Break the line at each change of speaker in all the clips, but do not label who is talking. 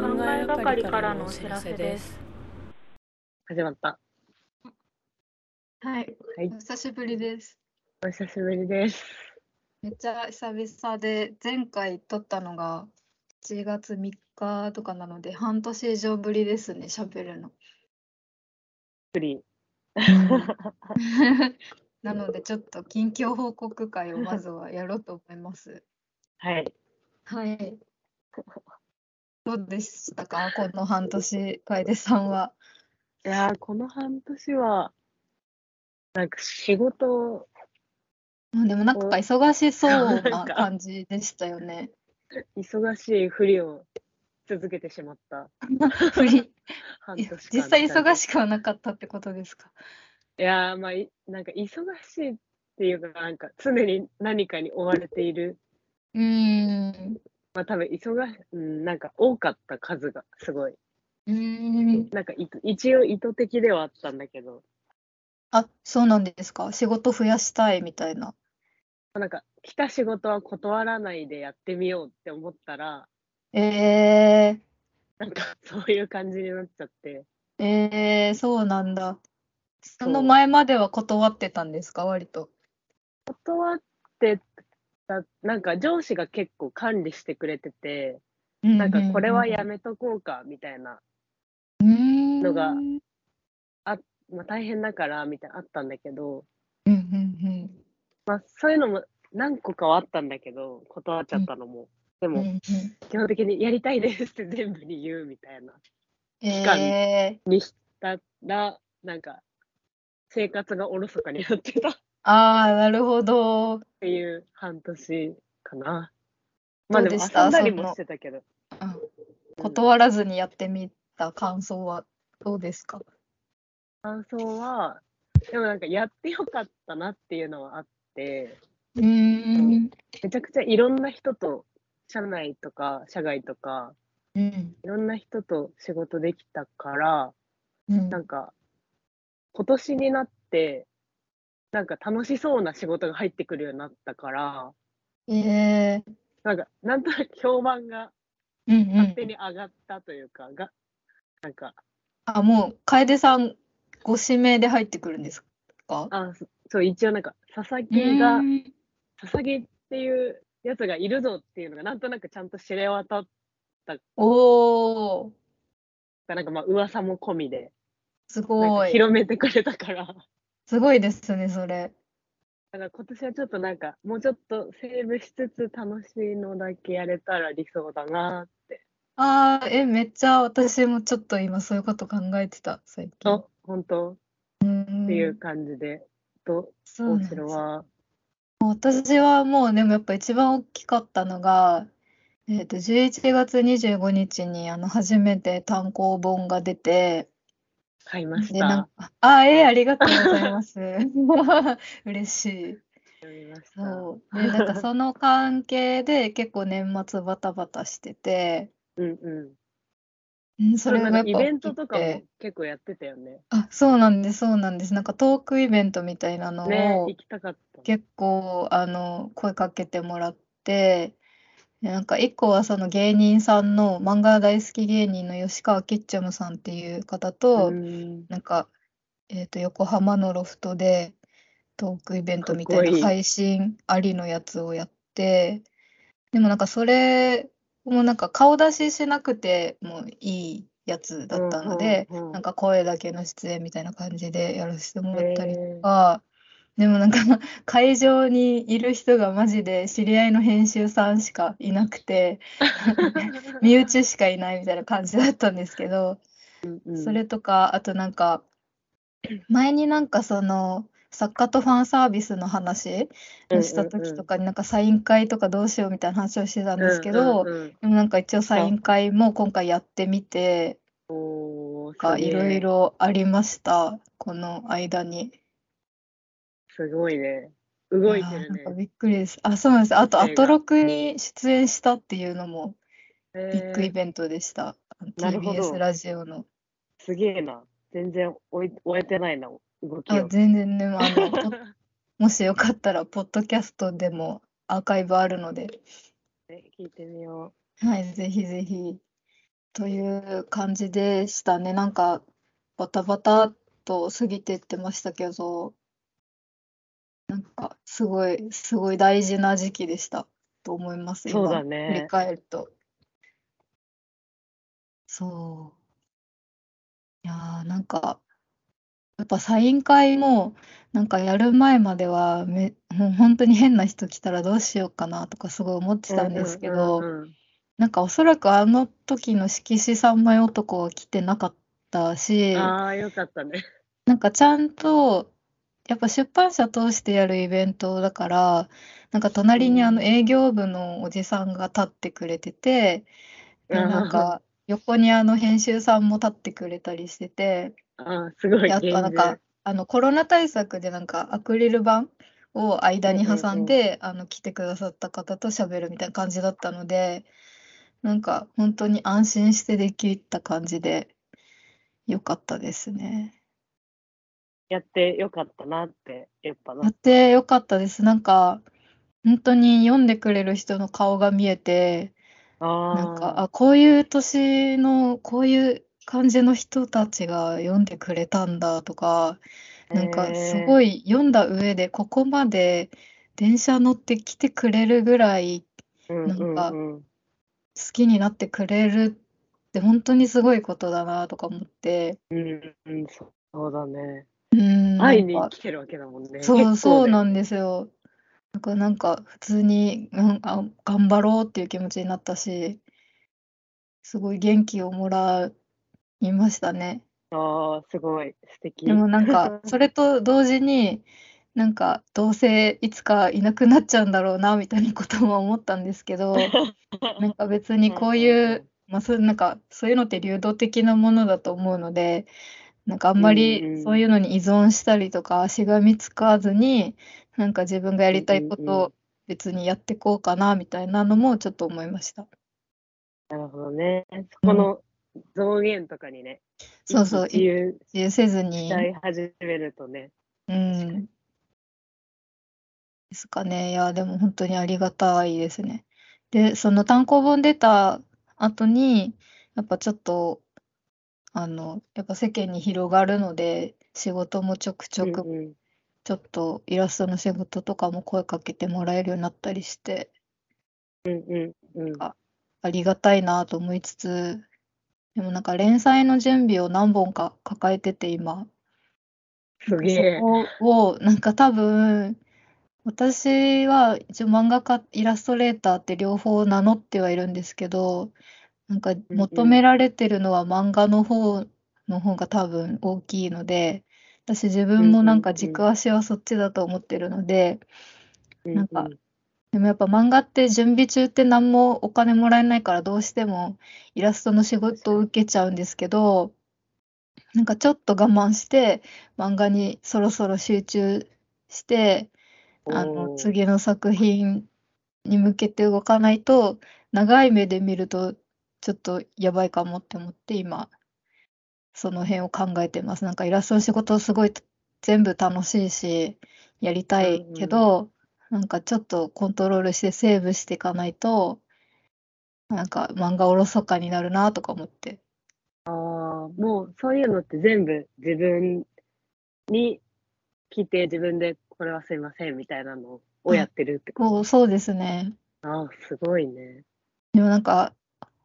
係からのお知らせです。
始まった。
はい、
はい
お久しぶりです。
お久しぶりです。
めっちゃ久々で、前回撮ったのが7月3日とかなので、半年以上ぶりですね、喋 るの。
フリ
なので、ちょっと近況報告会をまずはやろうと思います。
ー。はい。
はい。どうでしたか、この半年、楓さんは。
いやー、この半年は、なんか仕事、
うんでもなんか忙しそう
なん
な
か
感じでしたよね。
忙しいふりを続けてしまった
ふり
半
い
年
や
間。
実際忙
い。
しくはなかったってことですか。
いやー、まあ、いなんか忙しいっていうか、なんか常に何かに追われている。
うーん。
まあ多分忙し、うん、なんか多かった数がすごい。
うーん。
なんかい一応意図的ではあったんだけど、
あ、そうなんですか。仕事増やしたいみたいな。
なんか来た仕事は断らないでやってみようって思ったら、
え
なんか そういう感じになっちゃって。
ー、えー、そうなんだ。その
そう
前までは断ってたんですか、割と。
断ってた、なんか上司が結構管理してくれてて、
な
なんかこれはやめとこうかみたいな、
め
のが
うんうん
まあ、大変だからみたいなあったんだけど、
うん
まあ、そういうのも何個かはあったんだけど、断っちゃったのも。で
うんう
も、
ん
基本的にやりたいですって 全部に言うみたいな。間
えー、
にしたら、なんか、生活がおろそかになってたっ
ああ、なるほど。
ていう半年かな。まあ
ど
で
うで
も
した
遊んだり
そ
も
の
してたけど。
断らずにやってみた感想はどうですか。
感想は、でもなんかやってよかったなっていうのはあって、
うーん。
めちゃくちゃいろんな人と、社内とか社外とか、
うん。
いろんな人と仕事できたから、
うん
なんか、今年になって、なんか楽しそうな仕事が入ってくるようになったから、
えー、
なんか、なんとなく評判が
うんうん
勝手に上がったというか、がなんか、
あ、もう、楓さん、ご指名で入ってくるんですか
あ、そそう、一応なんか、佐々
うー
木が、
ん
佐々木っていうやつがいるぞっていうのが、なんとなくちゃんと知れ渡っ
おー、
た、なんかまあ、噂も込みで、
す
なん
ご
か
い。
広めてくれたから、だか
すごいですね、それ。
ら今年はちょっとなんか、もうちょっとセーブしつつ楽しいのだけやれたら理想だなって、
あー、え、めっちゃ、私もちょっと今、そういうこと考えてた、最近。
と、本当っていう感じで、と、
そうなん
大
です
城は、
私はもうでもやっぱ一番大きかったのが、えっと、11月25日にあの初めて単行本が出て、
買いまし
で、なん
た。
か、あ、えー、ありがとうございます。 嬉しい。
読みました。
そう。で、なんかその関係で結構年末バタバタしてて、
うんうん。
うん、そ
それ
れがや
な
っ
んかイ
ぱ
ベ
大
ン
き
ト
く
とかも
て、
結構やってたよね。
あ、そうなんです、そうなんです。なんかトークイベントみたいなの
ね
を
行きたかった。
結構、あの、声かけてもらって、でなんか一個はその芸人さんの漫画大好き芸人の吉川きっちょむさんっていう方と、
うん
なんか、えっと、横浜のロフトでトークイベントみたい
かっこ
ない
い
配信ありのやつをやって、でもなんかそれもなんか顔出ししなくてもいいやつだったので、
うんうんうん
なんか声だけの出演みたいな感じでやらせてもらったりと
へー
か、でもなんか 会場にいる人がマジで知り合いの編集さんしかいなくて、身内しかいないみたいな感じだったんですけど、それとか、あとなんか、前になんかその、作家とファンサービスの話をした時と
か
かに、なんかサイン会とかどうしようみたいな話をしてたんですけど、
うんうんうん
でもなんか一応サイン会も今回やってみて、
おー
なんか
すげえ
いろいろありました、この間に。
すごいね。動いて
あー
る
なんか
ね。
びっくりです。あ、そうなんです。あと、ア
映画
トロクに出演したっていうのも
え
ビッグイ
ー
ベントでした。あの
なるほど
TBS ラジオの。
すげえな。全然追い追えてないな、動き
あ、
を。
全然ね、あ の、ポッもしよかったら、ポッドキャストでもアーカイブあるので、
ね聞いてみよ
はい、ぜひぜひ。という感じでしたね。なんか、バタバタっと過ぎてってましたけど、なんか、すごい、すごい大事な時期でしたと思います、
そうだ
今、振り
ね。
返ると。そう。いやー、なんか、やっぱサイン会も、なんかやる前まではめ、もう本当に変な人来たらどうしようかなとかすごい思って
うん
たんです
う
けど、
んうんうん。
なんかおそらくあの時の色紙三枚男は来てなかったし、
ああ、よかったね。
なんかちゃんと、やっぱ出版社通してやるイベントだから、なんか
う
隣にあの
ん。
営業部のおじさんが立ってくれてて、
う
で、なん
ん
か横にあの編集さんも立ってくれたりしてて、
ああ、すご
で、
い、
あと
厳
はなん
重。
か、あの、コロナ対策でなんか、アクリル板を間
うん
に
うん
挟ん
うん。
で、あの、来てくださった方と喋るみたいな感じだったので、なんか、本当に安心してできた感じで、良かったですね。
やってよかったなって、やっぱ
や
な。
って良かったです。なんか、本当に読んでくれる人の顔が見えて、なんか、
あ
あ、こういう年の、こういう感じの人たちが読んでくれたんだとか、
あ、
なんかす
え
ごい読んだ上でここまで電車乗って来てくれるぐらい
ー、うん
なん
う
か
んうん。
好きになってくれるって本当にすごいことだなとか思って、
うん、うんそそうだね。
うん、な
会い
ん
に
か、
来てるわけだもんね。
そ
結
う
構
そう
ね。
なんですよ。なんか、なんか普通に、うん、あ、頑張ろうっていう気持ちになったし、すごい元気をもらいましたね。
ああ、すごい、素
で
敵。
もなんか、 それと同時に、なんか、どうせいつかいなくなっちゃうんだろうな、みたいなことも思ったんですけ ど、なんか別に
う
こ
ん
う
うん
いうう、
ん。
まあ、そう、なんか、そういうのって流動的なものだと思うので、なんかあん
う
まり
ん
そう
う。
いうんのに依存したりとか、しがみつかずに、なんか自分がや
う
り
ん
た
う
いこ
んう
とを
ん。
別にやってこうかな、みたいなのもちょっと思いました。
なるほどね。そうこ
ん。
の増減とかにね、一
そう
喜
そう、
一
一
憂
憂せず
しちゃ
に、
い始めるとね、
う
確かに。
ん、ですかね。いや、でも本当にありがたいですね。で、その単行本出た後に、やっぱちょっと、あの、やっぱ世間に広がるので、仕事もちょくち
う
ょ
ん
く、
うん。
ちょっとイラストの仕事とかも声かけてもらえるようになったりして、
うんうんうん。
あ、ありがたいなと思いつつ、でもなんか連載の準備を何本か抱えてて今、なん
す
か
げ
そ
え。
こを、なんか多分、私は一応漫画家、イラストレーターって両方名乗ってはいるんですけど、なんか
うん
求
う
め
ん。
られてるのは漫画の方の方が多分大きいので、私自
う
分
ん
も
う
なん
ん
か
う
軸
ん。
足はそっちだと思ってるので、
う
なんん
う
か、
ん。
でもやっぱ漫画って準備中って何もお金もらえないからどうしてもイラストの仕
確
事
か
を
に。
受けちゃうんですけど、なんかちょっと我慢して漫画にそろそろ集中して、あの
おー。
次の作品に向けて動かないと長い目で見るとちょっとやばいかもって思って今その辺を考えてます。なんかイラストの仕事すごい全部楽しいしやりた
う
いけ
んうん。
どなんかちょっとコントロールしてセーブしていかないとなんか漫画おろそかになるなとか思って。
ああ、もうそういうのって全部自分に来て自分でこれはすいませんみたいなのをや
あ、
ってるってこ
そう、
と
そうですね。
ああ、すごいね。
でもなんか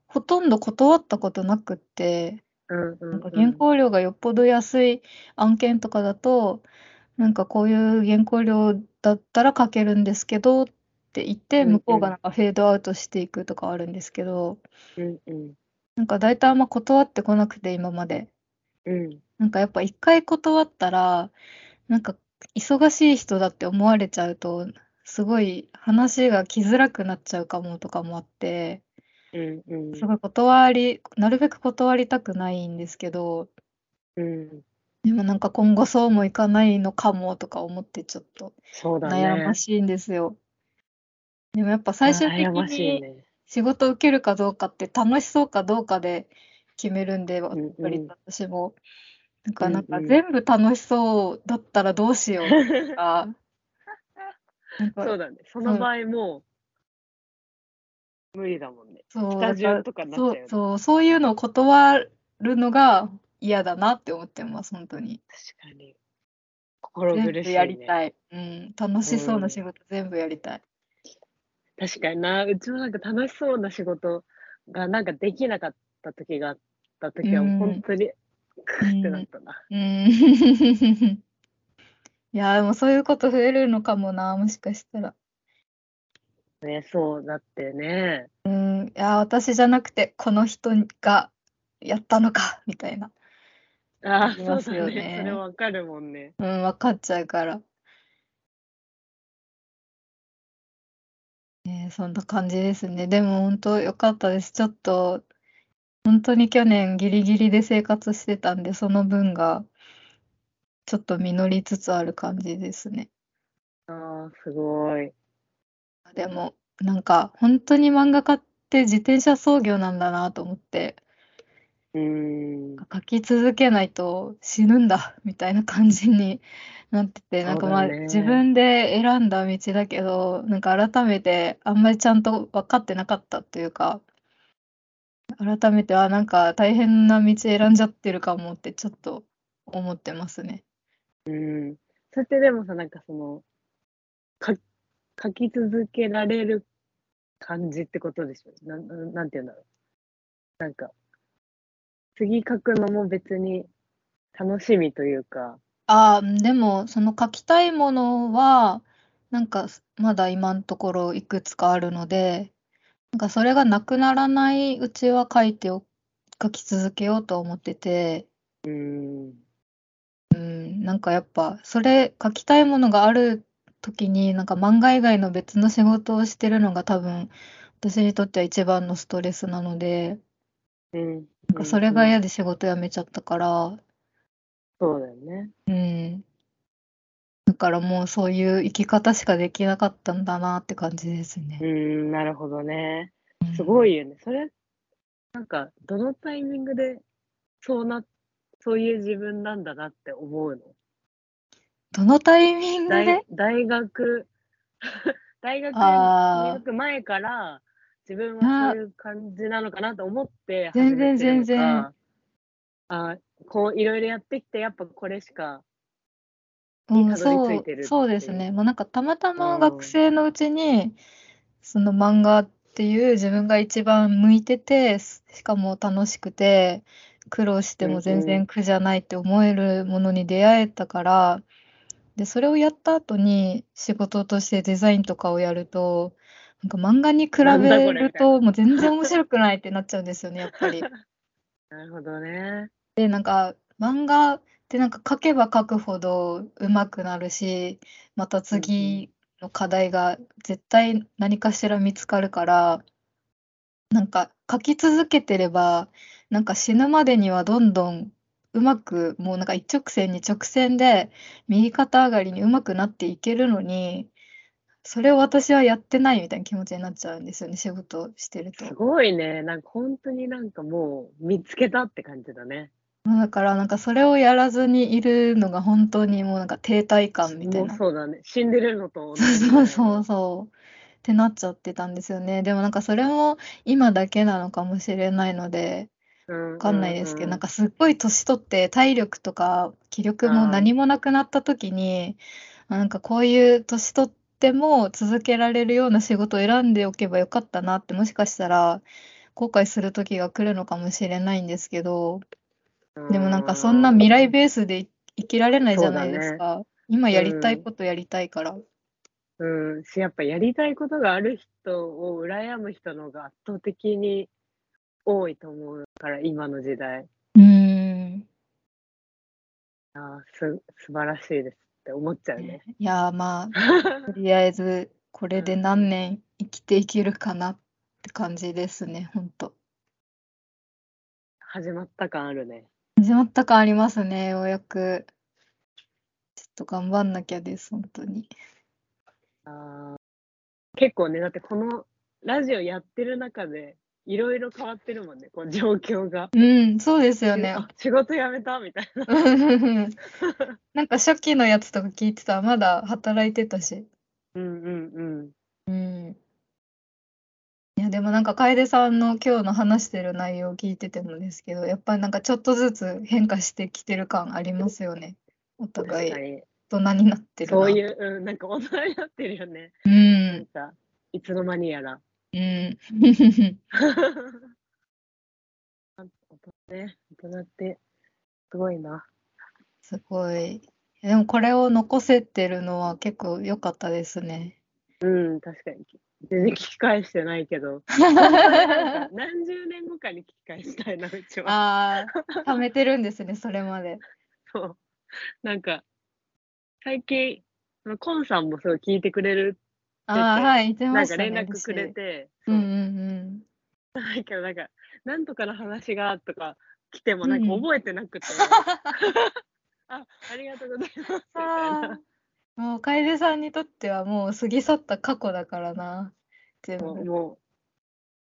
ほとんど断ったことなくって、
うんう
なん
ん
か
う
原
ん。
稿料がよっぽど安い案件とかだと、なんかこういう原稿料だったら書けるんですけどって言って、
う
向
ん
こ
う。
うがなんんかフェードアウトしていくとかあるんですけど、
うんうん。
なんか大体あんま断ってこなくて、今まで。
うん。
なんかやっぱ一回断ったら、なんか忙しい人だって思われちゃうと、すごい話が来づらくなっちゃうかもとかもあって、
うんう
す
ん。
ごい断り、なるべく断りたくないんですけど、
うん。
でもなんか今後そうもいかないのかもとか思ってちょっと
そうだ
悩ま
ね。
しいんですよ。でもやっぱ最終
悩
的
ましい
に
ね。
仕事を受けるかどうかって楽しそうかどうかで決めるんで、や
う
っ
ん
ぱり
うん。
私も。なん
う
かなん
ん
か
うん。
全部楽しそうだったらどうしようと か、なん
そ
か、
うだね。そ
そ
の
う、
場合も無理だもんね。
そう
スタジオとかになっちゃうよね
そうそうそういうのを断るのが嫌だなって思ってます本当に
確かに。心苦しい、ね。
全部やりたい、うん、楽しそうな仕事全部やりたい、
確かにな、うちもなんか楽しそうな仕事がなんかできなかった時があった時は、
うん
本当にクーってなったな。
うん いやーでもそういうこと増えるのかもなもしかしたら
ね、そうだってね。
うんいやー私じゃなくてこの人がやったのか みたいな
ああ、
あります
そうだ
よね
ね。それわかるもんね。
うん分かっちゃうからねそんな感じですねでも本当良かったですちょっと本当に去年ギリギリで生活してたんでその分がちょっと実りつつある感じですね
ああ、すごい。
でもなんか本当に漫画家って自転車操業なんだなと思って
うーん。
書き続けないと死ぬんだ みたいな感じになっててなんかまあ
そうだね
自分で選んだ道だけどなんか改めてあんまりちゃんと分かってなかったというか改めてはなんか大変な道選んじゃってるかもってちょっと思ってますね。
うん。それってでもさ、なんかその、か書き続けられる感じってことでしょなんなんなんて言うんだろう。なんか、次書くのも別に楽しみというか、
ああ、でも、その書きたいものは、なんか、まだ今のところいくつかあるので、なんかそれがなくならないうちは書いてお、書き続けようと思ってて、
うーん。
うん、なんかやっぱ、それ、書きたいものがある時に、なんか漫画以外の別の仕事をしてるのが多分、私にとっては一番のストレスなので、
うん。
なんかそれが嫌で仕事辞めちゃったから、
そうだよね。
うん。だからもうそういう生き方しかできなかったんだなって感じです
う
ね。
ーん、なるほどね。す
い。
ごいよね。それ、なんか、どのタイミングで、そうな、そういう自分なんだなって思うの
どのタイミング
大
で
大学、 大学
あー
入学前から、自分はそういう感じなのかなと思って始めてる
全
の
然全然
か、あこう、いろいろやってきて、やっぱこれしか、
うん
にたどり着いてるっていう
そう、そうですね。まあなんかたまたま学生のうちに、その漫画っていう自分が一番向いてて、しかも楽しくて、苦労しても
う
全
んう
然苦じゃないって思えるものに出会えたから、で、それをやった後に仕事としてデザインとかをやると、なんか漫画に比
なんだ
べ
これ
るともう全然面白くないってなっちゃうんですよね、やっぱり。
なるほどね。
で、なんか、漫画ってなんか書けば書くほど上手くなるし、また次の課題が絶対何かしら見つかるから、なんか書き続けてれば、なんか死ぬまでにはどんどんうまく、もうなんか一直線に直線で右肩上がりに上手くなっていけるのに、それを私はやってないみたいな気持ちになっちゃうんですよね、仕事をしてると
す。ごいね。なんか、本当になんかもう、見つけたって感じだね。
まあだからなんかそれをやらずにいるのが本当にもうなんか停滞感みたい
も
な。
う
そ
そうだね。死んでるのと同
う
じぐ
そ
らいう
そうそう。ってなっちゃってたんですよね。でもなんかそれも今だけなのかもしれないので、
うん
わかんないですけど、
う
なんかすっごい年取って体力とか気力
あ
も
ー
何もなくなった時に、あなんかこういう年取っても続けられるような仕事を選んでおけばよかったなって、もしかしたら後悔する時が来るのかもしれないんですけど、でもなんかそんな未来ベースでい生きられないじゃないですか。今やりたいことやりたいから。
うん、し、やっぱやりたいことがある人を羨む人の方が圧倒的に多いと思うから、今の時代。
うーん。
ああ、す、素晴らしいですって思っちゃうね。
いやーまあ、とりあえずこれで何年生きていけるかなって感じですね、ほんと。
始まった感あるね。
始まった感ありますね、ようやく。ちょっと頑張んなきゃです、本当に。
結構ね、だってこのラジオやってる中で、いろいろ変わってるもんね、この状況が。
うん、そうですよね。
あ仕事辞めたみたいな。
なんか初期のやつとか聞いてたらまだ働いてたし。
うんうんうん。
うん。いやでもなんか楓さんの今日の話してる内容を聞いててもですけどやっぱりなんかちょっとずつ変化してきてる感ありますよねお互い
確かに
大人になってるな
そういう、うん、なんか大人になってるよね。
う
なん
ん
か、いつの間にやら。
うん
ね、大人って、すごいな。
すごいでもこれを残せてるのは結構良かったですね
うん、確かに。全然聞き返してないけど、なん
あ
か何十年後かに聞き返したいな、うちは。
あー貯めてるんですねそれ まで
そう。なんか、最近、そのコンさんもそう聞いてくれる、
ああはい言って
な
ま
ん
し
か
たね
連絡くれて、
う
そ
ん
う
うんうん
だけどなんか、なんとかの話がとか来てもなんか
うん
覚えてなくて、あ、ありがとうございますみたいな。
もう楓さんにとってはもう過ぎ去った過去だからな。全
もう、
部。
もう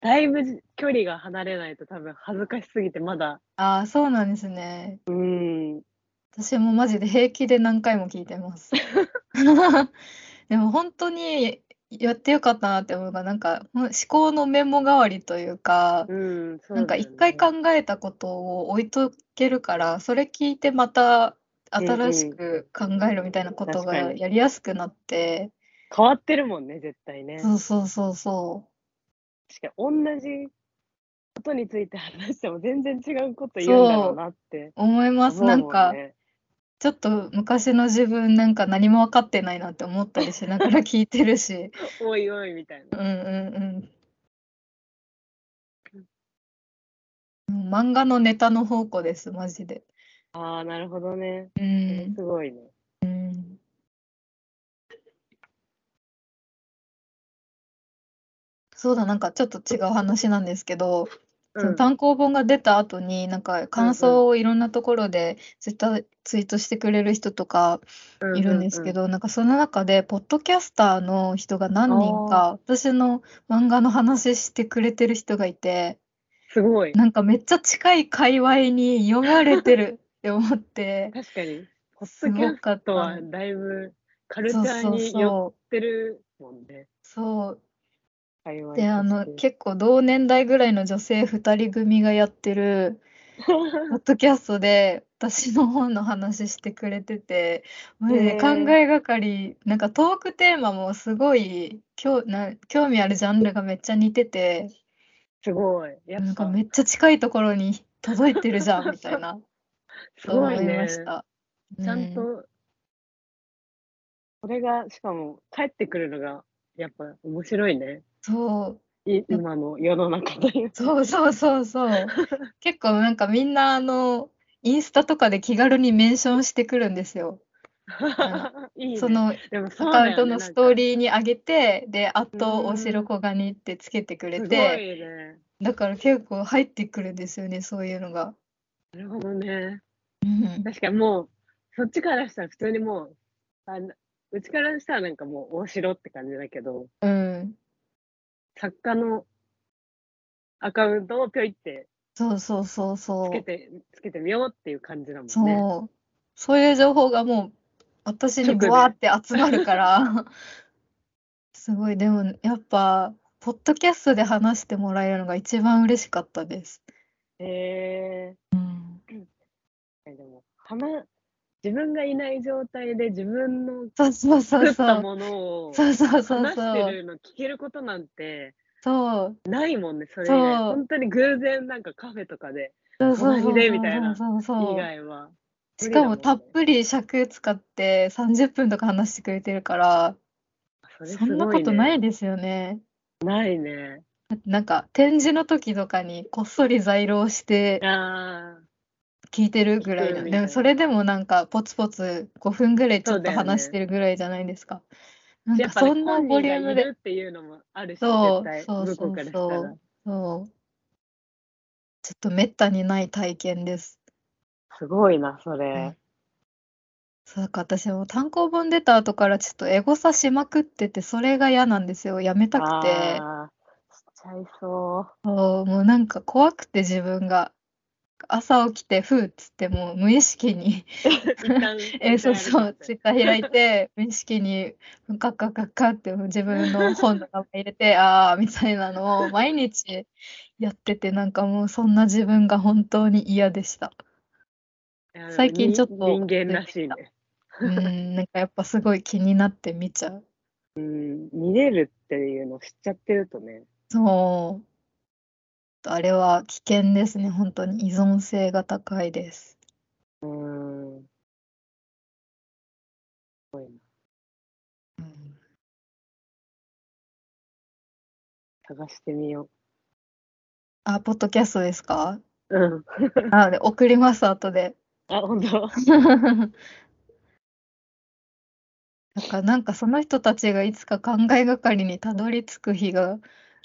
だいぶじ距離が離れないと多分恥ずかしすぎて、まだ、
ああ、そうなんですね。
うーん、
私もマジで平気で何回も聞い てます。でも本当にやってよかったなって思うのが、なんかほん思考のメモ代わりというか、
うん、そう
なん
だ
か
よ
一
ね
回考えたことを置いとけるから、それ聞いてまた新しく考えるみたいなこと
確
が
かに
やりやすくなって、
変わってるもんね、絶対ね。
そうそうそうそ
確かに、同じことについて話しても全然違うこと言うんだろうなって
う、思いま
思
す。
うも
なんんか、
ね。
ちょっと昔の自分なんか何も分かってないなって思ったりしながら聞いてるし、
おいおいみたい
うんうんうん。もう漫画のネタの宝庫です、マジで。
な。ああ、なるほどね。そ
う
れ
ん。
すごいね。
うん、そうだ、なんかちょっと違う話なんですけど、
う
その
ん
単行本が出た後に、なんか感想をいろんなところでツイッターツイートしてくれる人とかいるんですけ。ど、なんかその中で、ポッドキャスターの人が何人か、私の漫画の話してくれてる人がいて、
すごい。
なんかめっちゃ近い界隈に読まれてるって思って、
確かに、ポ
す
ッドキ
ご
ャス
かっ
ト
た
は
の。
だいぶカルチ
そう
ャー
そう
に寄
そう。
ってるもんね。
そう。
界隈とし
で、
て
あの、結構同年代ぐらいの女性2人組がやってる、ポッドキャストで私の本の話してくれてて、マジで
へえ
考えがかり、なんかトークテーマもすごい、興な、興味あるジャンルがめっちゃ似てて、
すごい。や
なん
っ
か
ぱ
めっちゃ近いところに届いてるじゃん、みたいな、
すごい
思いま
ね。
し
ち
た。
ゃ
うん
と、これが、しかも、帰ってくるのが、やっぱ面白いね。
そう、
い今の世の中という。
そうそうそうそう。結構なんかみんなあの、インスタとかで気軽にメンションしてくるんですよ。
いいね。
その
でもそ
ア
う
カ
だ
ウン
よ
ト
ね
のストー
ー
リーに上げて、で、あと、
うん
おしろこがにってつけてくれ
すごい
て、
ね。
だから結構入ってくるんですよね、そういうのが。
なるほどね。
うん、
確かにもう、そっちからしたら普通にもう、あのうちからしたらなんかもう、大城って感じだけど、
うん、
作家のアカウントをぴょいって
そうそうそう
つ
そ
け
う、
て、つけてみようっていう感じだもんね。
そう、そういう情報がもう私に
直で
ぶわーって集ま るから、すごい、でもやっぱ、ポッドキャストで話してもらえるのが一番嬉しかったです。
へ
うん、
えでも、話、自分がいない状態で自分の
そうそうそう
作っ
そ
た
う、
ものを
そうそうそう
話し
そ
て
う、
るの聞けることなんて
そう、
ないもんね、それ以
そう
外。本当に偶然なんかカフェとかで
そうそう
同じでみたいな
そうそうそう
以
そう。
外は。
しかもたっ
無理だんね
ぷり尺使って30分とか話してくれてるから、
それ
そんなことないですよね。
すごいね。ないね。
なんか展示の時とかにこっそり在廊して
ああ、
聞いてるぐら
聞
い
く
な。
み
で
たいな
もそれでもなんかポツポツ5分ぐらいちょ
そう
っ
だ
と
よね
話してるぐらいじゃないですか。なん
やっ
か
ぱね
そんなボリュー
本人
ムで
がい。るっていうのもあるし、
そ
絶
う
対
そう
向こうからした
そう
ら。
そう。ちょっとめったにない体験です。
すごいな、そ
うん
れ。
そうだから私も単行本出た後からちょっとエゴサしまくってて、それが嫌なんですよ。やめたくて。
ああ、しちゃいそう。
そう、もうなんか怖くて自分が。朝起きて、ふうっつって、もう無意識に、 えー、そうそう、ツイッター開いて、無意識に、カッカッカッカッって自分の本の名前入れて、あーみたいなのを毎日やってて、なんかもうそんな自分が本当に嫌でした。最近ちょっと
人人間らしいね。
うん、なんかやっぱすごい気になって見ちゃう。
うん、見れるっていうのを知っちゃってるとね。
そう。あれは危険ですね、本当に依存性が高いです。
うん。
うん
探してみよ
あ、ポッドキャストですか
う。うん。
あ、で、送ります、後で。
あ、本当。
なんか、なんかその人たちがいつか考えがかりにたどり着く日が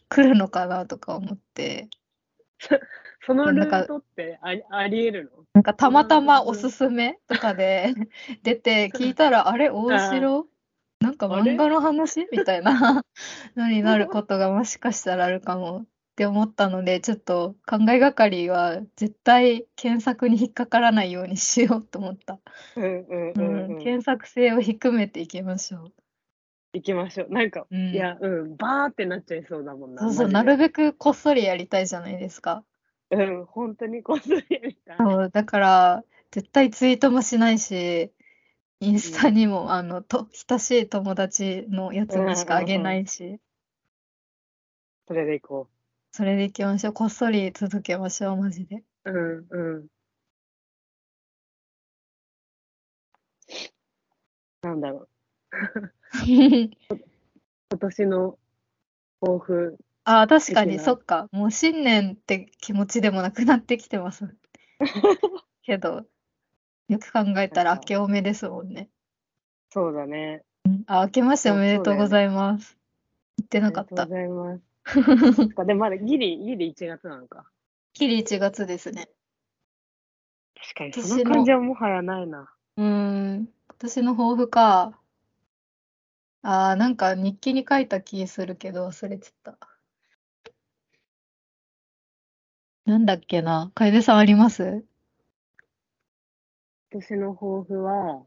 来るのかなとか思って、
そのルートってありあり得るの
なんかたまたまおすすめとかで 出て聞いたら、あれ、大城なんか
あれ
漫画の話みたいなの になることがもしかしたらあるかもって思ったので、ちょっと考えがかりは絶対検索に引っかからないようにしようと思った。
うんうん
う
うん
ん、
うん。
検索性を低めていきましょ
行きましょう。なんか、
う。うん
いや、うん、バーってなっちゃいそうだもんな。
そうそう、
マ
な
ジで
るべくこっそりやりたいじゃないですか。
うん、本当にこっそりやりたい。
そう、だから、絶対ツイートもしないし、インスタにも、あの、と、親しい友達のやつにしかあげないし、
それで行こ
それでいきましょう。こっそり続けましょう、マジで。
う。うんうん。なんだろう。今年の抱負。
ああ、確かに、
できない
そっか。もう新年って気持ちでもなくなってきて ます。けど、よく考えたら
なんか
明けおめですもんね。
そうだね。
あ、明けましておめでとうございます。言って
あ
な
り
か
が
っ
とう
た
ご。ざいます。 そっかでもまだギリ、ギリ1月なのか。
きり1月ですね。
確かに、
私
そ
の
の感じはもはやないな。
うーん、今年の抱負か。ああ、なんか日記に書いた気するけど忘れてた。なんだっけな。楓さんあります
今年の抱負は、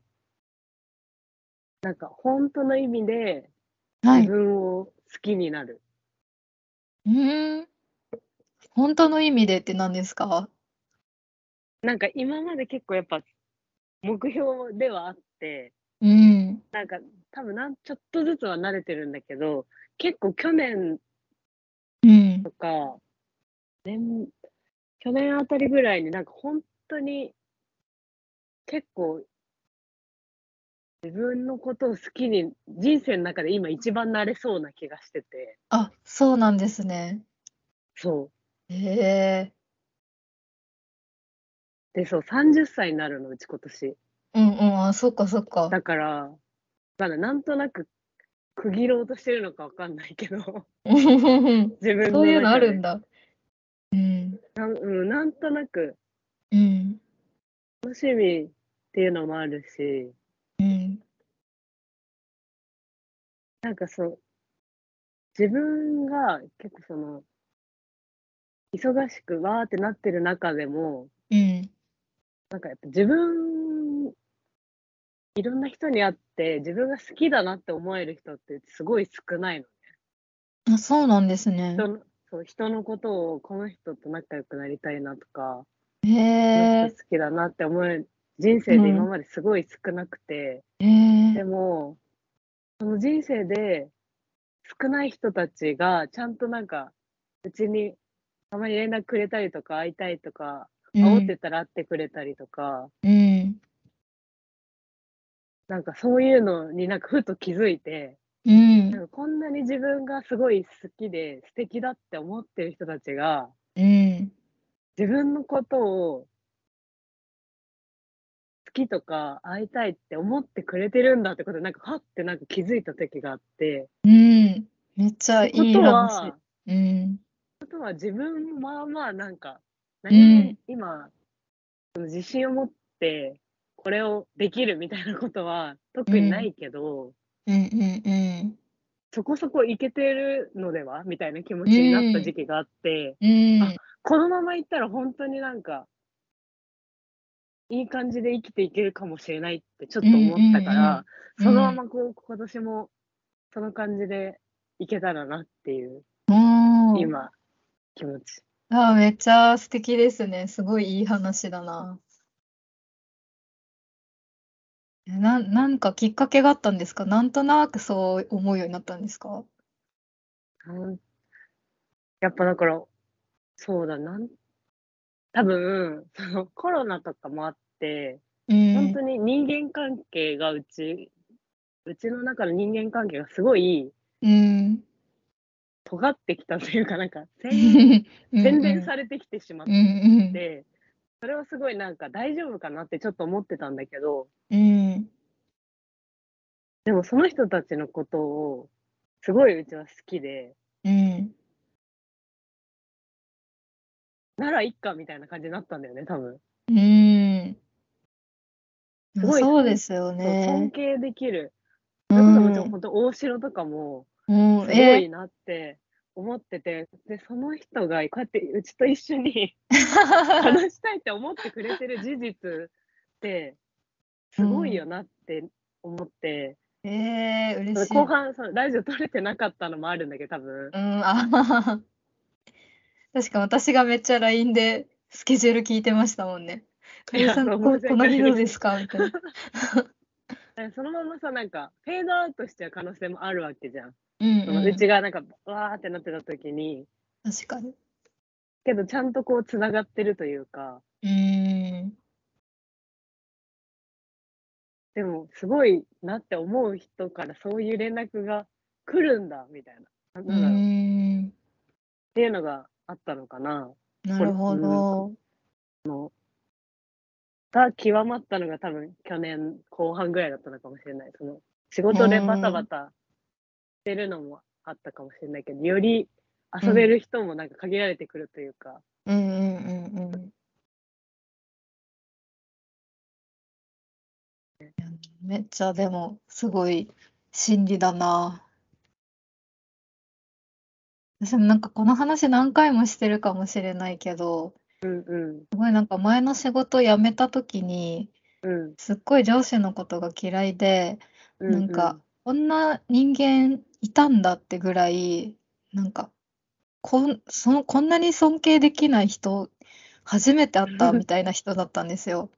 なんか、本当の意味で
は
自
い。う
分を好きになる。
ーん。本当の意味でって何ですか
なんか、今まで結構やっぱ、目標ではあって、
うん。
なんか、多分なん、ちょっとずつは慣れてるんだけど、結構去年
うん。
とか、年、去年あたりぐらいになんか本当に結構自分のことを好きに、人生の中で今一番なれそうな気がしてて、
あ、そうなんですね。
そう。
へえ。
で、そう、30歳になるの、うち今年。
うんうん。あ、そっかそっ か。
だから、まだなんとなく区切ろうとしてるのかわかんないけど、自分
そういうのあ
中で
るんだ。うん。
なんうん、なんとなく
うん。
楽しみっていうのもあるし、
うん。
なんかそう、自分が結構その、忙しくわーってなってる中でも、
うん。
なんかやっぱ自分、いろんな人に会って、自分が好きだなって思える人ってすごい少ないの。
あ、そうなんですね。
人のそう人のことを、この人と仲良くなりたいなとか、こ
へ
の
え
人好きだなって思える、人生で今まですごい少なくて、
へえ
でも、その人生で少ない人たちが、ちゃんとなんか、うちにたまに連絡くれたりとか、会いたいとか、
うん
煽ってたら会ってくれたりとか、
うん
なんかそういうのになんかふと気づいて、
うん
なんかこんなに自分がすごい好きで素敵だって思ってる人たちが、
うん
自分のことを好きとか会いたいって思ってくれてるんだってことで、なんかはってなんか気づいた時があって、
うんめっちゃいい
こと
話
は、
うん
ことは自分もまあまあなんか、
ん
何も今、その自信を持って、これをできるみたいなことは特にないけど、
うんうんうん
そこそこいけてるのではみたいな気持ちになった時期があって、
うん
このままいったら本当になんか、いい感じで生きていけるかもしれないってちょっと思ったから、
うんうんうんうん
そのままこう、今年もその感じでいけたらなっていう、
うん。
今、気持ち。
あ、めっちゃ素敵ですね。すごいいい話だな。な、なんかきっかけがあったんですかなんとなくそう思うようになったんですか
うんやっぱだから、そうだなん、多分、そのコロナとかもあって、
うん。
本当に人間関係がうち、うちの中の人間関係がすごい
うん。
尖ってきたというか、なんか、洗
うん
洗練されてきてしまっ
うんうん
て、それはすごいなんか大丈夫かなってちょっと思ってたんだけど、
うん
でもその人たちのことを、すごいうちは好きで、
うん
ならいっかみたいな感じになったんだよね、多分。
うん
すごい
そうですよ
そう尊
ね。
敬できる。
う
それこそもちろん
ん
本当大城とかも、
うん
すご
え
いなって思ってて、でその人がこうやってうちと一緒に 話したいって思ってくれてる事実ってすごいよなって思って、
ええ嬉しい。
後半そのラジオ撮れてなかったのもあるんだけど多分
うん、あははは確か私がめっちゃ LINE でスケジュール聞いてましたもんね。かゆさん、
いや
こ、
そう申し訳
この日
ない
どうですかみたいな。
なんかそのままさなんかフェードアウトしちゃう可能性もあるわけじゃん、
うん
その
う、
うんちがなんかわーってなってた時に
確かに。
けどちゃんとこうつながってるというか
うん。
でもすごいなって思う人からそういう連絡が来るんだみたいな。な
う。
んだろうんっていうのがあったのかな。
なるほど。
が極まったのが多分去年後半ぐらいだったのかもしれない。その仕事でバタバタしてるのもあったかもしれないけど、より遊べる人もなんか限られてくるというか、
うんうんうんうん。めっちゃでもすごい心理だな。私もなんかこの話何回もしてるかもしれないけど、
うんう
すごいなんか前の仕事辞めた時に、
んうん
すっごい上司のことが嫌いで、
うん
なんか、こんな人間いたんだってぐらい、なんか、こん、その、こんなに尊敬できない人、初めて会ったみたいな人だったんで すよ。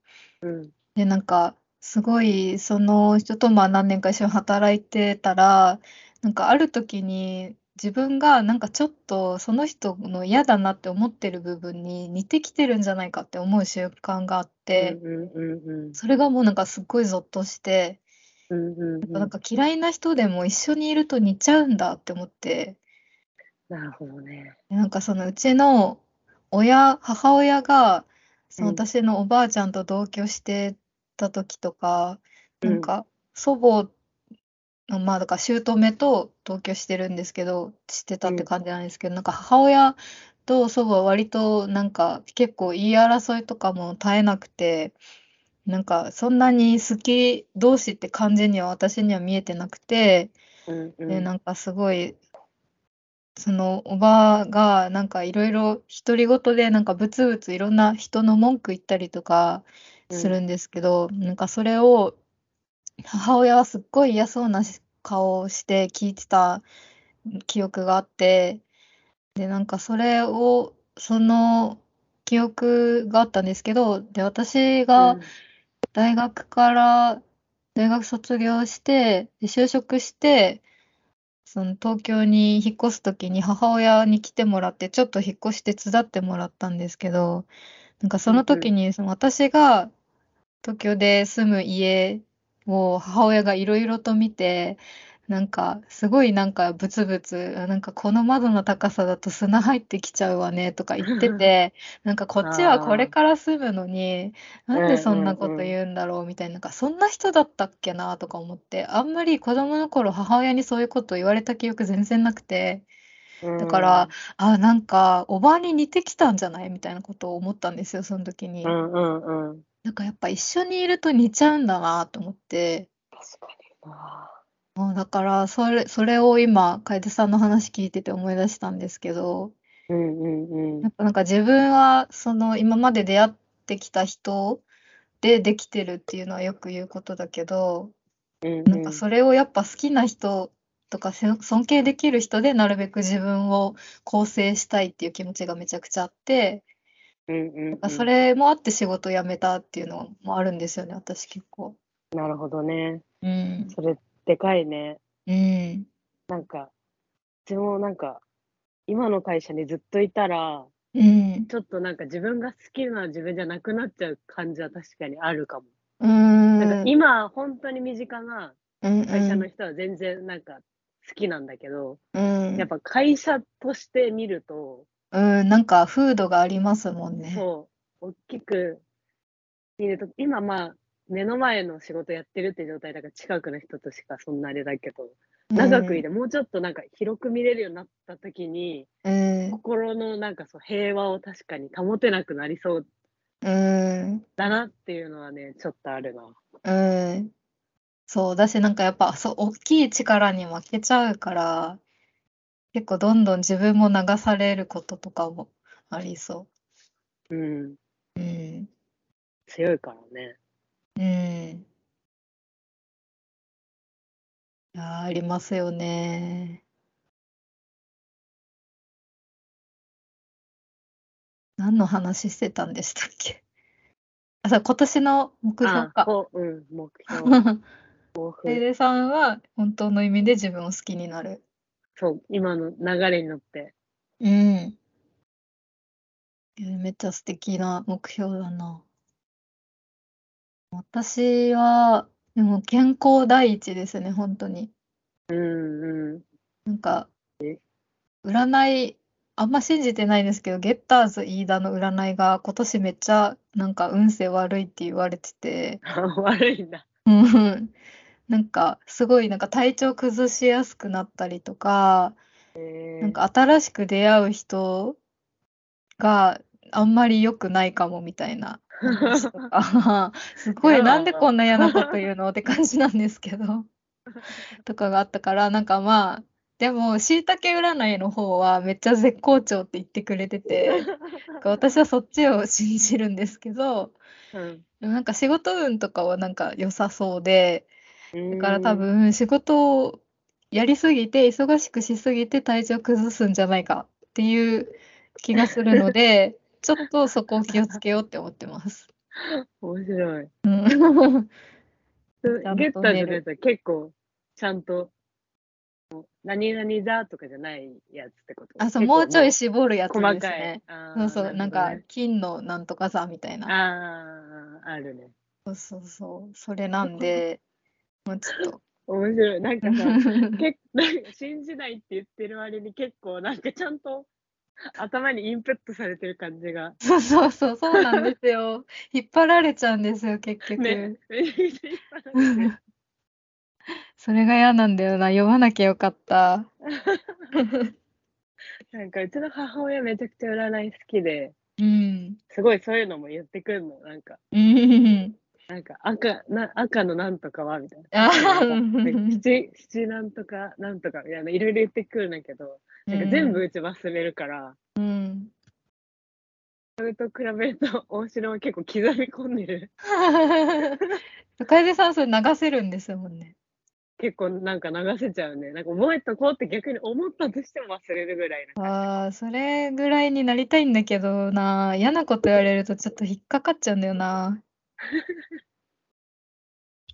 うん
で、なんか、すごい、その人とまあ何年か一緒に働いてたら、なんかある時に、自分がなんかちょっとその人の嫌だなって思ってる部分に似てきてるんじゃないかって思う習慣があっ
うん
て、
うん
それがもうなんかすっごいゾッとして、
うんうんうん
なんか嫌いな人でも一緒にいると似ちゃうんだって思って、
なるほどね。
なんかそのうちの親、母親が、そ
う
の
ん
私のおばあちゃんと同居してた時とか、
うん
なんか祖母の、まあだから姑と同居してるんですけど、してたって感じなんですけど、なんか母親と祖母は割となんか結構言い争いとかも絶えなくて、なんかそんなに好き同士って感じには私には見えてなくて、
うんうん
で、なんかすごい、そのおばが、なんかいろいろ独り言で、なんかブツブツいろんな人の文句言ったりとかするんですけど、なんかそれを、母親はすっごい嫌そうな顔をして聞いてた記憶があって、で、なんかそれを、その記憶があったんですけど、で、私が、大学から大学卒業してで就職してその東京に引っ越す時に母親に来てもらってちょっと引っ越し手伝ってもらったんですけどなんかその時にその私が東京で住む家を母親がいろいろと見てなんかすごいなんかブツブツあなんかこの窓の高さだと砂入ってきちゃうわねとか言って てなんかこっちはこれから住むのになんでそんなこと言うんだろうみたいな、なんかそんな人だったっけなとか思って、あんまり子供の頃母親にそういうこと言われた記憶全然なくて、
うん
だから、あ、なんかおばに似てきたんじゃないみたいなことを思ったんですよ、その時に
う。んうんうん。
なんかやっぱ一緒にいると似ちゃうんだなと思って、
確かにな。
もうだからそれ、それを今、楓さんの話聞いてて思い出したんですけど、
うんうんうん
やっぱなんか自分はその今まで出会ってきた人でできてるっていうのはよく言うことだけど、
うんうん
なんかそれをやっぱ好きな人とかせ尊敬できる人でなるべく自分を構成したいっていう気持ちがめちゃくちゃあって、
うんうんうん
それもあって仕事辞めたっていうのもあるんですよね、私結構。
なるほどね。
うん。
それでかいね。
うん。
なんか、うちもなんか、今の会社にずっといたら、
うん。
ちょっとなんか自分が好きな自分じゃなくなっちゃう感じは確かにあるかも。
うーん。
なんか今、本当に身近な
うん
会社の人は全然なんか好きなんだけど、
うん、
やっぱ会社として見ると、
うん、なんか風土がありますもんね。
そう、大きく見ると、今まあ、目の前の仕事やってるって状態だから近くの人としかそんなあれだけど、長くいて、もうちょっとなんか広く見れるようになった時に、
うん。うん。
心のなんかそう平和を確かに保てなくなりそう
うん。
だなっていうのはね、ちょっとあるな。
うん。そう、だしなんかやっぱ、そう、大きい力に負けちゃうから、結構どんどん自分も流されることとかもありそ
うん、
う。うん。
強いからね。
うん。いやー、ありますよね。何の話してたんでしたっけ あ、そう、今年の目標
あ
か。
こう、うん、目 標、抱負
デイデさんは本当の意味で自分を好きになる。
そう、今の流れに乗って。
うん。えーめっちゃ素敵な目標だな。私は、でも健康第一ですね、本当に。
うん、う
なんか
え、
占い、あんま信じてないですけど、ゲッターズ飯田の占いが今年めっちゃなんか運勢悪いって言われてて、
ん。 悪いんだ。
うんなんかすごいなんか体調崩しやすくなったりとか、なんか新しく出会う人があんまり良くないかもみたい な話とか、 すごい
嫌だ
なんでこんな嫌なこと言うのって感じなんですけ ど、とかがあったから、なんかまあ、でも、しいたけ占いの方はめっちゃ絶好調って言ってくれてて、 なんか私はそっちを信じるんですけど、
うん
でもなんか仕事運とかはなんか良さそうで、
うん
だから多分仕事をやりすぎて忙しくしすぎて体調崩すんじゃないかっていう気がするので ちょっとそこを気をつけようって思ってます。
面白い。
うん
そう
ちゃんと
ゲッターズ
寝
の
る
やつは結構、ちゃんと、もう何々だとかじゃないやつってこと
あそうもうちょい
結
絞るやつ
構もう細
です
かい。
ね。
あ
そ
ー
うそうなん
るほど
か
ね
金のなんとかさみたいな。
ああ、あるね。
そうそうそうそれな んでもうちょっと。
面白い。なんかさ、
う
結なんか 信じないって言ってる割に結構なんかちゃんと頭にインプットされてる感じが。
そうそうそうそうなんですよ。引っ張られちゃうんですよ結局。
ね。ね
それが嫌なんだよな読まなきゃよ かった。
なんかうちの母親めちゃくちゃ占い好きで、
うん。
すごいそういうのも言ってくるの。なんか、
うん。
なんか赤な赤のなんとかはみたいな。
あ
なんか
ー
七七なんとかなんとかみたいないろいろ言ってくるんだけど、なんか全部うち忘れるから、
うん。
それと比べると大城は結構刻み込んでる。
楓さん、それ流せるんですもんね。
結構なんか流せちゃうね。なんか覚えとこうって逆に思ったとしても忘れるぐらいな。
ああ、それぐらいになりたいんだけどな、嫌なこと言われるとちょっと引っかかっちゃうんだよな。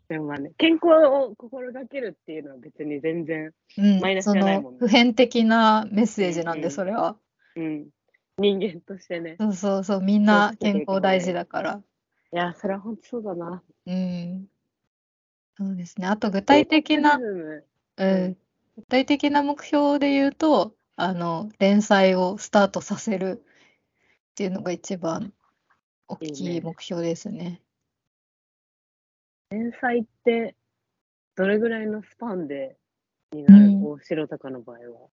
でもまあね、健康を心がけるっていうのは別に全然、
うん、
マイナス
そ
じゃない
の
もんね
普遍的なメッセージなん
うんう
で、
ん
それは。
うん、人間としてね。
そうそうそう、みんな
気をつけて
健
いかない
康大事だから。
いや、それは本当そうだな。
うん。そうですね。あと具体的な、
リズム
うん、具体的な目標で言うと、あの、連載をスタートさせるっていうのが一番大
いい
き
ね
い目標ですね。
連載って、どれぐらいのスパンでになる、
うん
大城とかの場合は。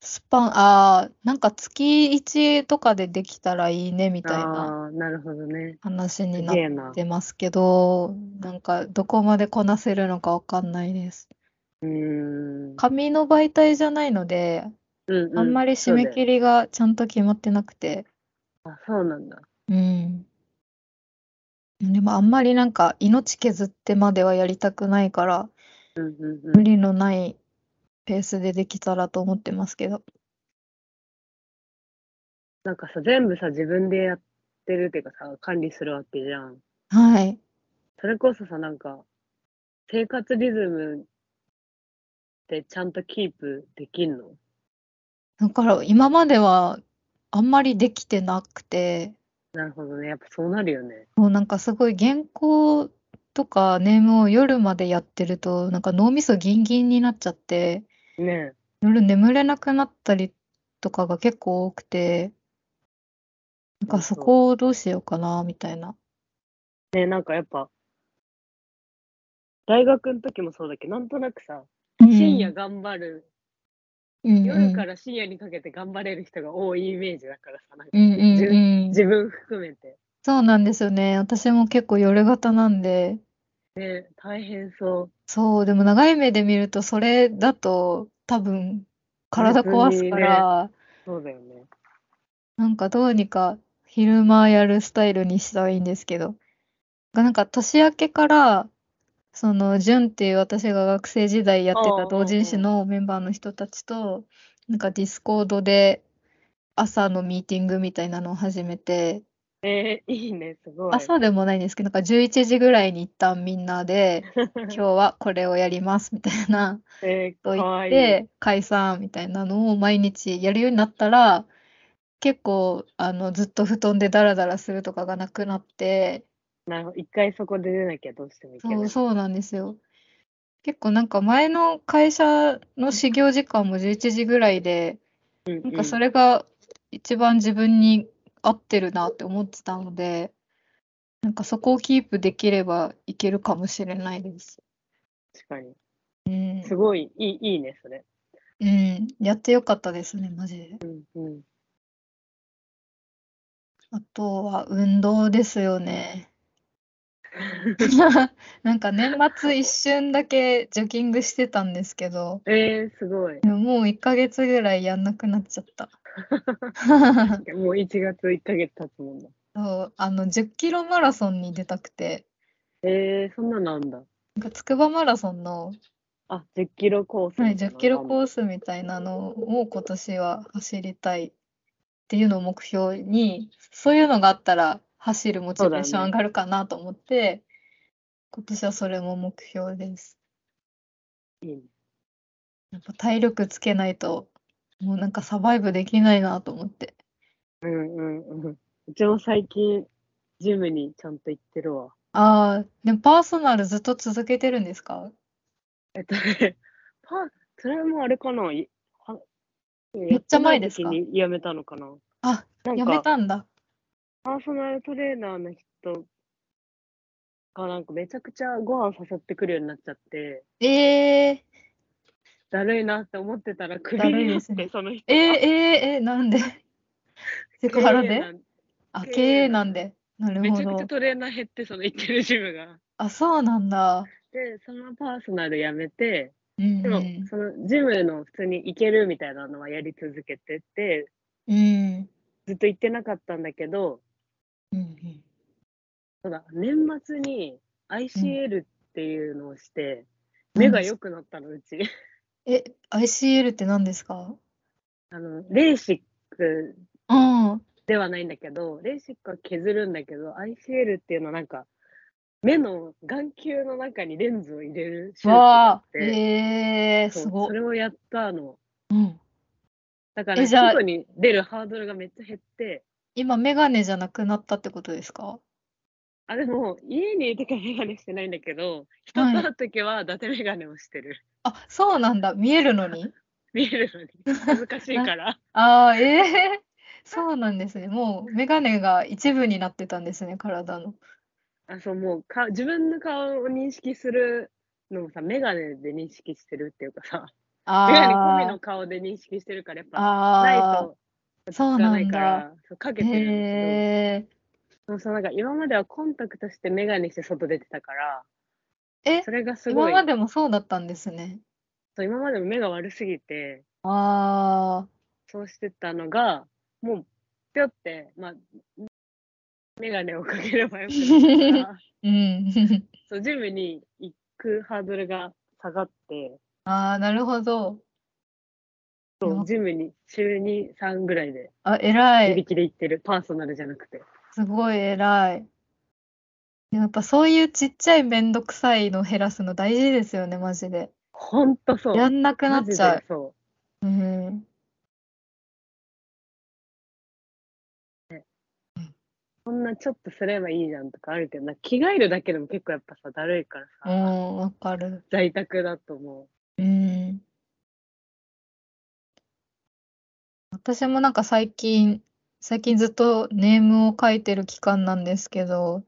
スパン、ああ、なんか月1とかでできたらいいねみたいな
ああー、なるほどね。
話に
す
な
げ
っ
えな。
てますけど、なんかどこまでこなせるのかわかんないです。
うーん。
紙の媒体じゃないので、
う
あんまり締め
り。
切りがちゃんと決まってなくて、
そうだよあ、そうなんだ。
うん。でもあんまりなんか命削ってまではやりたくないから、
うんうんう
無
ん。
理のないペースでできたらと思ってますけど。
なんかさ、全部さ、自分でやってるっていうかさ、管理するわけじゃん。
はい。
それこそさ、なんか、生活リズムってちゃんとキープできんの
だから今まではあんまりできてなくて、
なるほどね。やっぱそうなるよね。
もうなんかすごい原稿とかネームを夜までやってると、なんか脳みそギンギンになっちゃって、
ね
夜眠れなくなったりとかが結構多くて、なんかそこをどうしようかな、みたいな。
え。ねえ、なんかやっぱ、大学の時もそうだけど、なんとなくさ、深夜頑張る、
うん、
夜から深夜にかけて頑張れる人が多いイメージだからさ、なんか
うんうんうんうん。
自分含めて。
そうなんですよね。私も結構夜型なんで、
ねえ、大変そう。
そう、でも長い目で見ると、それだと多分体壊すから、
そうだよね。
なんかどうにか昼間やるスタイルにしたらいいんですけど、なんか年明けから、その、ジュンっていう私が学生時代やってた同人誌のメンバーの人たちと、なんかディスコードで朝のミーティングみたいなのを始めて、
えー、いいね、すごい。
朝でもないんですけど、なんか11時ぐらいに一旦みんなで、今日はこれをやりますみたい な
えー、
と
か
言
わ
っ
いい。
て、解散みたいなのを毎日やるようになったら、結構、あの、ずっと布団でダラダラするとかがなくなって、
なるほど。一回そこで出なきゃどうしてもいけ
そ
な
う、
い。
そうなんですよ。結構なんか前の会社の始業時間も11時ぐらいで、
うんう
なん
ん
かそれが一番自分に合ってるなって思ってたので、なんかそこをキープできればいけるかもしれないです。
確かに。
うん。
すごい、いい、いいね、それ。
うん。やってよかったですね、マジで。
うん、うん。
あとは運動です よね。なんか年末一瞬だけジョギングしてたんですけど、
えー、すごい。
でももう1ヶ月ぐらいやんなくなっちゃ った。
もう1月1ヶ月経つもんだ。
そう、あの、10キロマラソンに出たくて、
えー、そんななんだ。
なんか筑波マラソンの、
あ、10キロコース。
はい、10キロコ
ース。
ースみたいなのを今年は走りたいっていうのを目標に、そういうのがあったら走るモチベーション上がるかなと思って、今年はそれも目標です。
いいね
やっぱ体力つけないと、もうなんかサバイブできないなと思って。
うんうんうん。うちも最近、ジムにちゃんと行ってるわ。
ああ、でもパーソナルずっと続けてるんですか
えっとね、 パそれもあれかな。いは
めっちゃ前ですか
やってない時にやめたのかな。
あ、
なん
や
か
めたんだ。
パーソナルトレーナーの人がなんかめちゃくちゃご飯誘ってくるようになっちゃって、
えー。
だるいなって思ってたらクビ
だるい
にな
で
っ
すね
て、その人
えー、えー、えー、な んでセクハラ
経営
で
難
あ、
経営
経営なんで。なる
め
ほ
ちゃくちゃ
ど。
トレーナー減って、その行ってるジムが。
あ、そうなんだ。
で、そのパーソナルやめて、
うん
でも、そのジムの普通に行けるみたいなのはやり続けてて、
うん。うん。
ずっと行ってなかったんだけど、
うん。
そうだ、年末に ICL っていうのをして、
うん
目が良くなったの、うち。
え、ICL って何ですか
あの、レーシック
うん。うん
ではないんだけど、レーシックは削るんだけど、ICL っていうのはなんか、目の眼球の中にレンズを入れる手術があ
わ
っ
あ、
て、
えー、
そう
すご
それをやったの。
うん。
だから、
えじゃあ
外に出るハードルがめっちゃ減って、
今、メガネじゃなくなったってことですか
あ、でも、家にいてからメガネしてないんだけど、人
はい
と会うときは伊達メガネをしてる。
あ、そうなんだ。見えるのに
見えるのに。恥ずかしいから。
あー、えー、そうなんですね。もう、メガネが一部になってたんですね、体の。
あ、そう、もうか、自分の顔を認識するのもさ、メガネで認識してるっていうかさ、メガネ込み
あ
の顔で認識してるから、やっ
あ、
ぱ、ない
ああ。
と
そう
じゃ
な
ない
ん
から
だ。、
そうかけてるんだけ
へ
ど、そうそうなんか今まではコンタクトしてメガネして外出てたから、
え。え、
それがすご
今
い、
までもそうだったんですね。
そう今までも目が悪すぎて、
ああ、
そうしてたのが、もう、ぴょって、まあ、メガネをかければよくなるから
うん。
そう、ジムに行くハードルが下がって、
ああ、なるほど。
そう
よ
ジムに週に3ぐらいで、
あ、偉
自
い。
力で行ってる、パーソナルじゃなくて。
すごい偉い。でもやっぱそういうちっちゃいめんどくさいの減らすの大事ですよね、マジで。
ほんとそう。
やんなくな
マ
っ
ジで
ちゃう。
そ
うん。
う。こんなちょっとすればいいじゃんとかあるけど、なんか着替えるだけでも結構やっぱさ、だるいから
う
さ、
ん、わかる。
在宅だと思
うん。私もなんか最近、最近ずっとネームを書いてる期間なんですけど、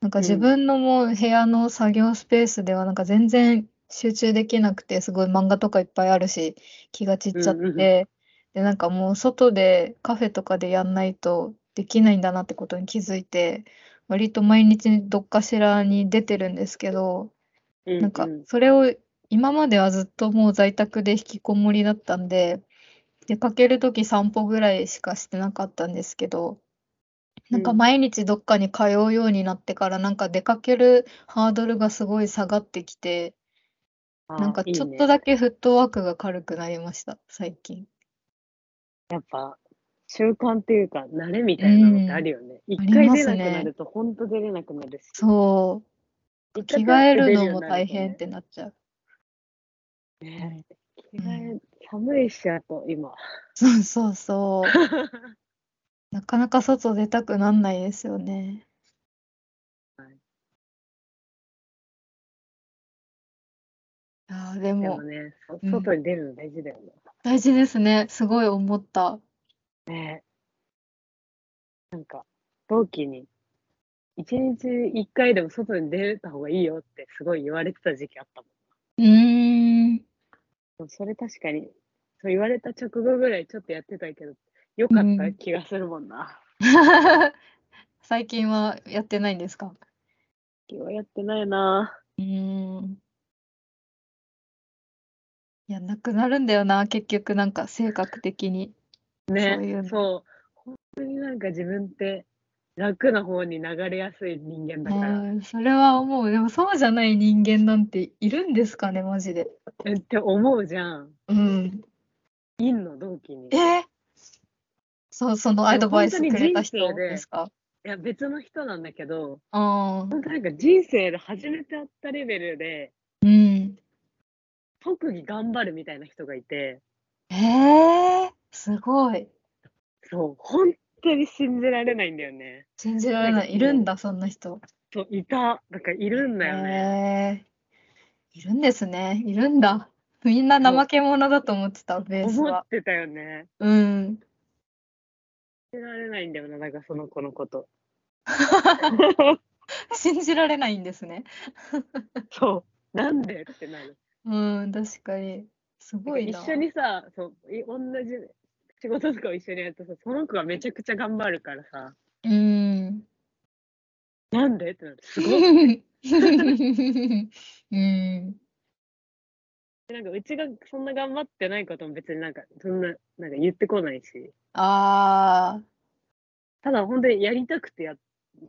なんか自
うん
分のもう部屋の作業スペースではなんか全然集中できなくて、すごい漫画とかいっぱいあるし、気が散っちゃっ
うんうんうん
て、で、なんかもう外でカフェとかでやんないとできないんだなってことに気づいて、割と毎日どっかしらに出てるんですけど、
う。う
なんか
う、
それを、今まではずっともう在宅で引きこもりだったんで、出かけるとき散歩ぐらいしかしてなかったんですけど、なんか
うん
毎日どっかに通うようになってから、なんか出かけるハードルがすごい下がってきて、
あー
なんかちょっ
いいね
とだけフットワークが軽くなりました、最近。
やっぱ習慣っていうか慣れみたいなのってあるよね。一、回出なくなると本当出れなくなるし。
そう、
一
着
回
替える
出
の
よう
も
にな
大
とね
変っ。てなっちゃう。
ね着
ん
替え、寒いし、あと今。
そうそうそう。 なかなか外出たくなんないですよね。ああ、で
で
も
もね、そ
うん
外に出るの大事だよね。
大事ですね。すごい思った。
ねなんか、同期に、一日一回でも外に出た方がいいよってすごい言われてた時期あったもん。
うーん。
でもそれ確かに、そう言われた直後ぐらいちょっとやってたけど、良かった気がするもんな。
最近はやってないんですか
今日はやってないな
うーん。いや、なくなるんだよな、結局、なんか性格的に。
ね
そういうの
そう本当になんか自分って楽な方に流れやすい人間だから、
うん、それは思う。でも、そうじゃない人間なんているんですかね、マジで。
えって思うじゃん
うん。
いんの同期に
え
い
ーそう、そのアドバイスくれた人
でも本当に人生で
ですか
や別の人なんだけど
ああ、
本当なんか人生で初めて会ったレベルで
うん。
特技頑張るみたいな人がいて
ええー、すごい。
そう本当に信じられないんだよね
信じられない。いるんだ、そんな人。
そういただからいるんだよね、
へえいるんですね。いるんだ。みんな怠け者だと思ってた、ベース
思っ
は。
てたよね
うん。
信じられないんだよななんかその子のこと
信じられないんですね。
そうなんでってなる
うん、確かに。すごいな。
一緒にさそうい同じ仕事とかを一緒にやるとさその子がめちゃくちゃ頑張るからさ
うん。
なんでってなるすごい
うん。
なんかうちがそんな頑張ってないことも別になんかそんななんか言ってこないし
ああ、
ただ本当にやりたくてや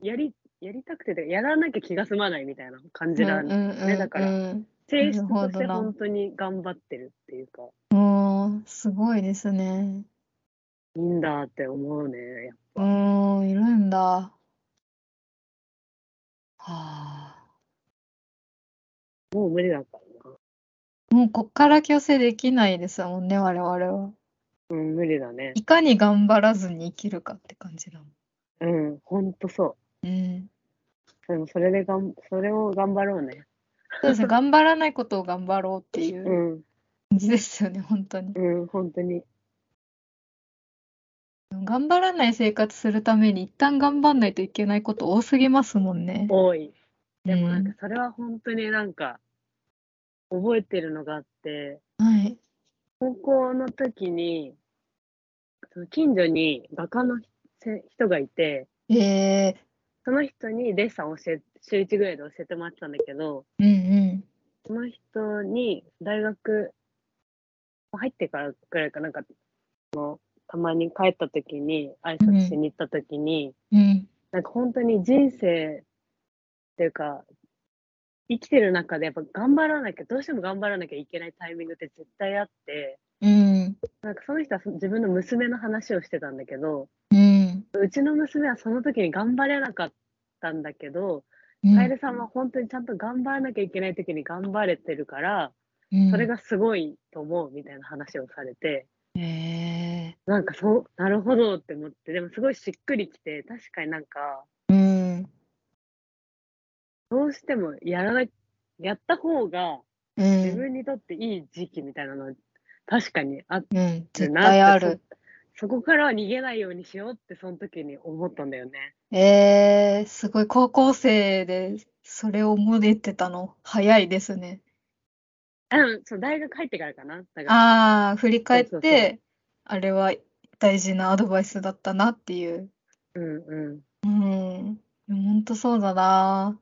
やりやりたくてというかやらなきゃ気が済まないみたいな感じなん
う
で、
んうん
だから
うん
性質とし
なるほど
て
な
本当に頑張ってるっていうか
うん。うん、すごいですね。
いいんだって思うねやっぱ
うん、いるんだ。はあ。
もう無理だからな
もうこっから強制できないですもんね、我々は。
うん無理だね
いかに頑張らずに生きるかって感じだもん。
うん本当そう
うん。
でもそれでがんそれを頑張ろうね
そ うですね、頑張らないことを頑張ろうっていううん感じですよね、本当に。
うん、本当に。
頑張らない生活するために一旦頑張んないといけないこと多すぎますもんね。
多い。でも
うん
なんか、それは本当になんか、覚えてるのがあって、
はい。
高校の時に、その近所に画家のせ人がいて、
え
その人にデッサンを教え、週1ぐらいで教えてもらってたんだけど、
ー、うん
その人に大学入ってからぐらいかなんか、そのたまに帰った時に、挨拶しに行った時に、
うん。うん。
なんか本当に人生っていうか、生きてる中でやっぱ頑張らなきゃ、どうしても頑張らなきゃいけないタイミングって絶対あって、
うん。
なんかその人はそ自分の娘の話をしてたんだけど、
うん。
うちの娘はその時に頑張れなかったんだけど、
うん
カエルさんは本当にちゃんと頑張らなきゃいけない時に頑張れてるから、
うん
それがすごいと思うみたいな話をされて、
へえ
なんかそう、なるほどって思って、でもすごいしっくりきて、確かになんか、
うん。
どうしてもやらない、やった方が
う
自
ん。
分にとっていい時期みたいなのは確かにあっ
うん。
て
絶対あ
なっ
る
て。そそこからは逃げないようにしようってその時に思ったんだよね。
ええすごい高校生でそれを思えてたの早いですね。
あのそう大学入ってからかな。だから
ああ、振り返っ
そうそうそう
て、あれは大事なアドバイスだったなっていう。
うんうん。
うん。ほんとそうだな。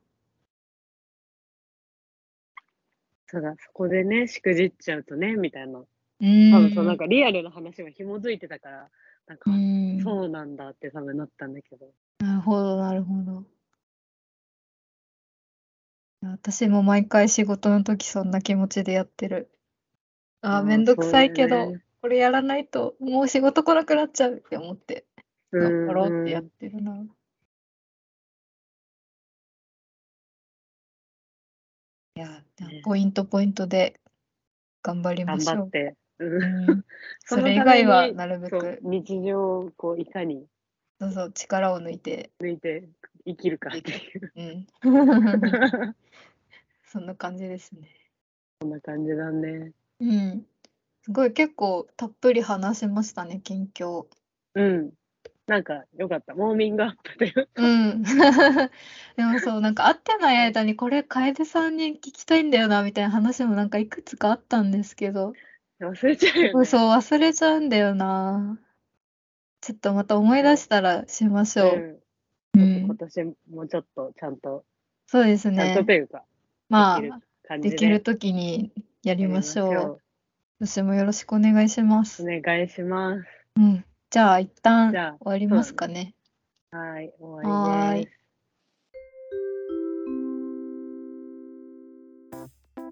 そうだ、そこでね、しくじっちゃうとね、みたいな。
う
多分そう、なん
ん。
かリアルな話は紐づいてたから、なんか
う、ん。
そうなんだって多分なったんだけど。
なるほど、なるほど。私も毎回仕事の時そんな気持ちでやってる。ああ、めんどくさいけど、これやらないともう仕事来なくなっちゃうって思って。
そうだよね、
頑張ろうってやっ
うん
てるな。いや、じゃあ
ね
ポイントポイントで頑張りま
頑
し
張
ょ
っ
う。
て。
う
うん
ん、そ
のため
れ
に
以外はなるべ
そ
く
う、日常をこう、いかに
そうそう、力を抜いて、
抜いて生きるかっていう。
うん、そんな感じですね。
そんな感じだね。
うん。すごい、結構たっぷり話しましたね、近況。
うん。なんか、よかった。ウォーミングアップで。
うん。 でもそう、なんか会ってない間に、これ、楓さんに聞きたいんだよな、みたいな話もなんかいくつかあったんですけど、
忘れちゃうよね。
そう、忘れちゃうんだよな。ちょっとまた思い出したらしましょう。
ん
う
今
ん。
年もちょっとちゃんと、
そうです
ちゃんと
ね。
というか、
ま
でき、
あ
る感じ
で
で。
きる時にやりましょ
やり
う。私もよろしくお願いします。
お願いします。
うん。じゃあ、一旦
じゃあ
終わりますかね。
はい、終わりです。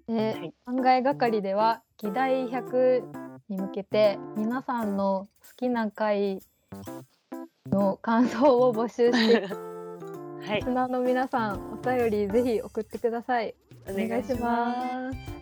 で
はい
考えがかりでは議題100に向けて皆さんの好きな回の感想を募集 してリ
はい
ス、ナーの皆さんお便りぜひ送ってください。
お
お願いします。